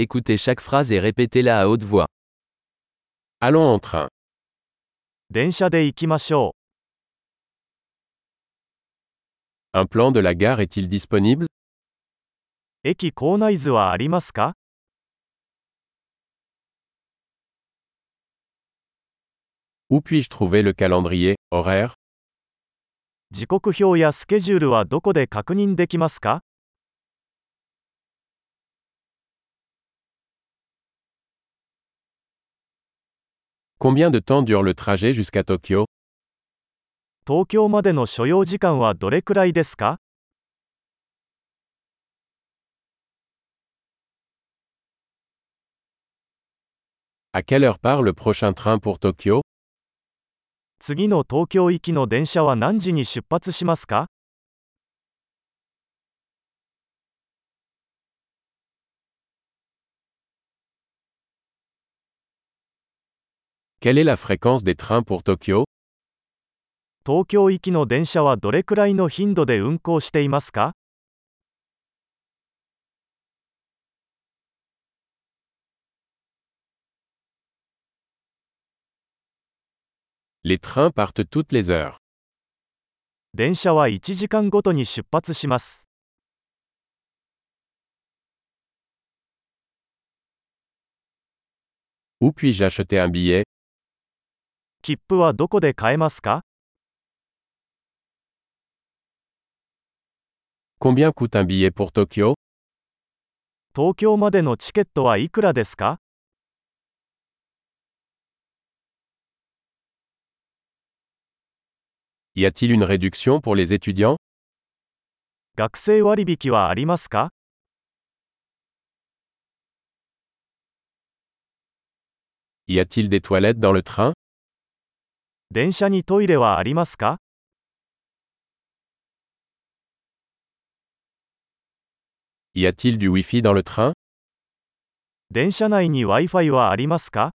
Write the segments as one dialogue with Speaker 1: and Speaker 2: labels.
Speaker 1: Écoutez chaque phrase et répétez-la à haute voix.
Speaker 2: Allons en train.
Speaker 3: 電車で行きましょ
Speaker 2: Un plan de la gare est-il disponible
Speaker 3: う。駅構内図はありますか
Speaker 2: Où puis-je trouver le calendrier, horaire
Speaker 3: 時刻表やスケジュールはどこで確認できますか
Speaker 2: Combien de temps dure le trajet jusqu'à Tokyo
Speaker 3: 東京までの所要時間はどれくらいですか
Speaker 2: À quelle heure part le prochain train pour Tokyo
Speaker 3: 次の東京行きの電車は何時に出発しますか
Speaker 2: Quelle est la fréquence des trains pour Tokyo
Speaker 3: 東京行きの電車はどれくらいの頻度で運行していますか
Speaker 2: Les trains partent toutes les heures.
Speaker 3: 電車は1時間ごとに出発します。
Speaker 2: Où puis-je acheter un billet
Speaker 3: 切符はどこで買えますか
Speaker 2: Combien coûte un billet pour Tokyo
Speaker 3: 東京までのチケットはいくらですか
Speaker 2: Y a-t-il une réduction pour les étudiants
Speaker 3: 学生割引はありますか
Speaker 2: Y a-t-il des toilettes dans le train
Speaker 3: 電車にトイレはありますか
Speaker 2: Y a-t-il du Wi-Fi dans le train
Speaker 3: 電車内に Wi-Fi はありますか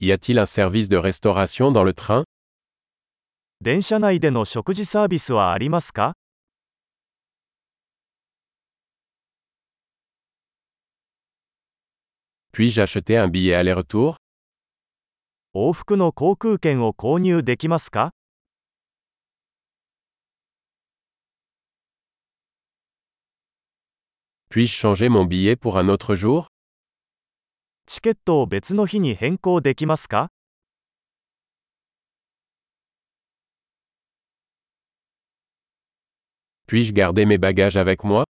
Speaker 2: Y a-t-il un service de restauration dans le train
Speaker 3: 電車内での食事サービスはありますか
Speaker 2: Puis-je acheter un billet aller-retour
Speaker 3: 往復の航空券を購入できますか
Speaker 2: Puis-je changer mon billet pour un autre jour
Speaker 3: チケットを別の日に変更できますか
Speaker 2: Puis-je garder mes bagages avec moi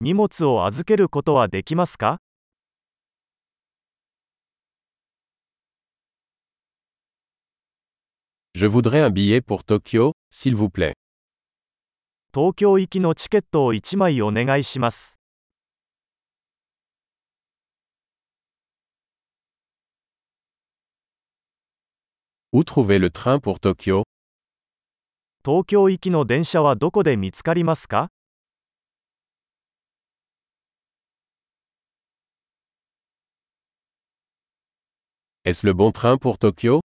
Speaker 3: 荷物を預けることはできますか
Speaker 2: Je voudrais un billet pour Tokyo, s'il vous plaît.
Speaker 3: 東京行きのチケットを1枚お願いします。
Speaker 2: Où trouver le train pour Tokyo
Speaker 3: 東京行きの電車はどこで見つかりますか
Speaker 2: Est-ce le bon train pour Tokyo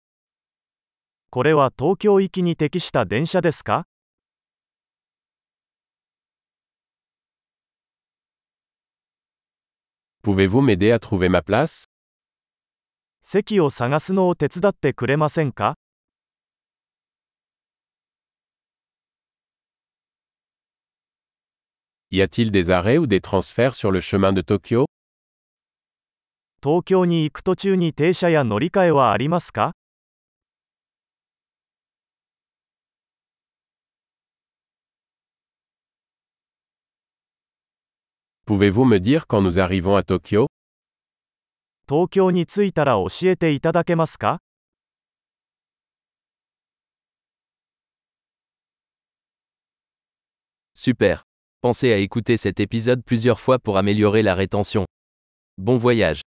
Speaker 3: これは東京行きに適した電車ですか
Speaker 2: Pouvez-vous m'aider à trouver ma place
Speaker 3: 席を探すのを手伝ってくれませんか
Speaker 2: Y a-t-il des arrêts ou des transferts sur le chemin de Tokyo
Speaker 3: 東京に行く途中に停車や乗り換えはありますか
Speaker 2: Pouvez-vous me dire quand nous arrivons à Tokyo
Speaker 3: 東京に着いたら教えていただけますか
Speaker 1: Super. Pensez à écouter cet épisode plusieurs fois pour améliorer la rétention. Bon voyage.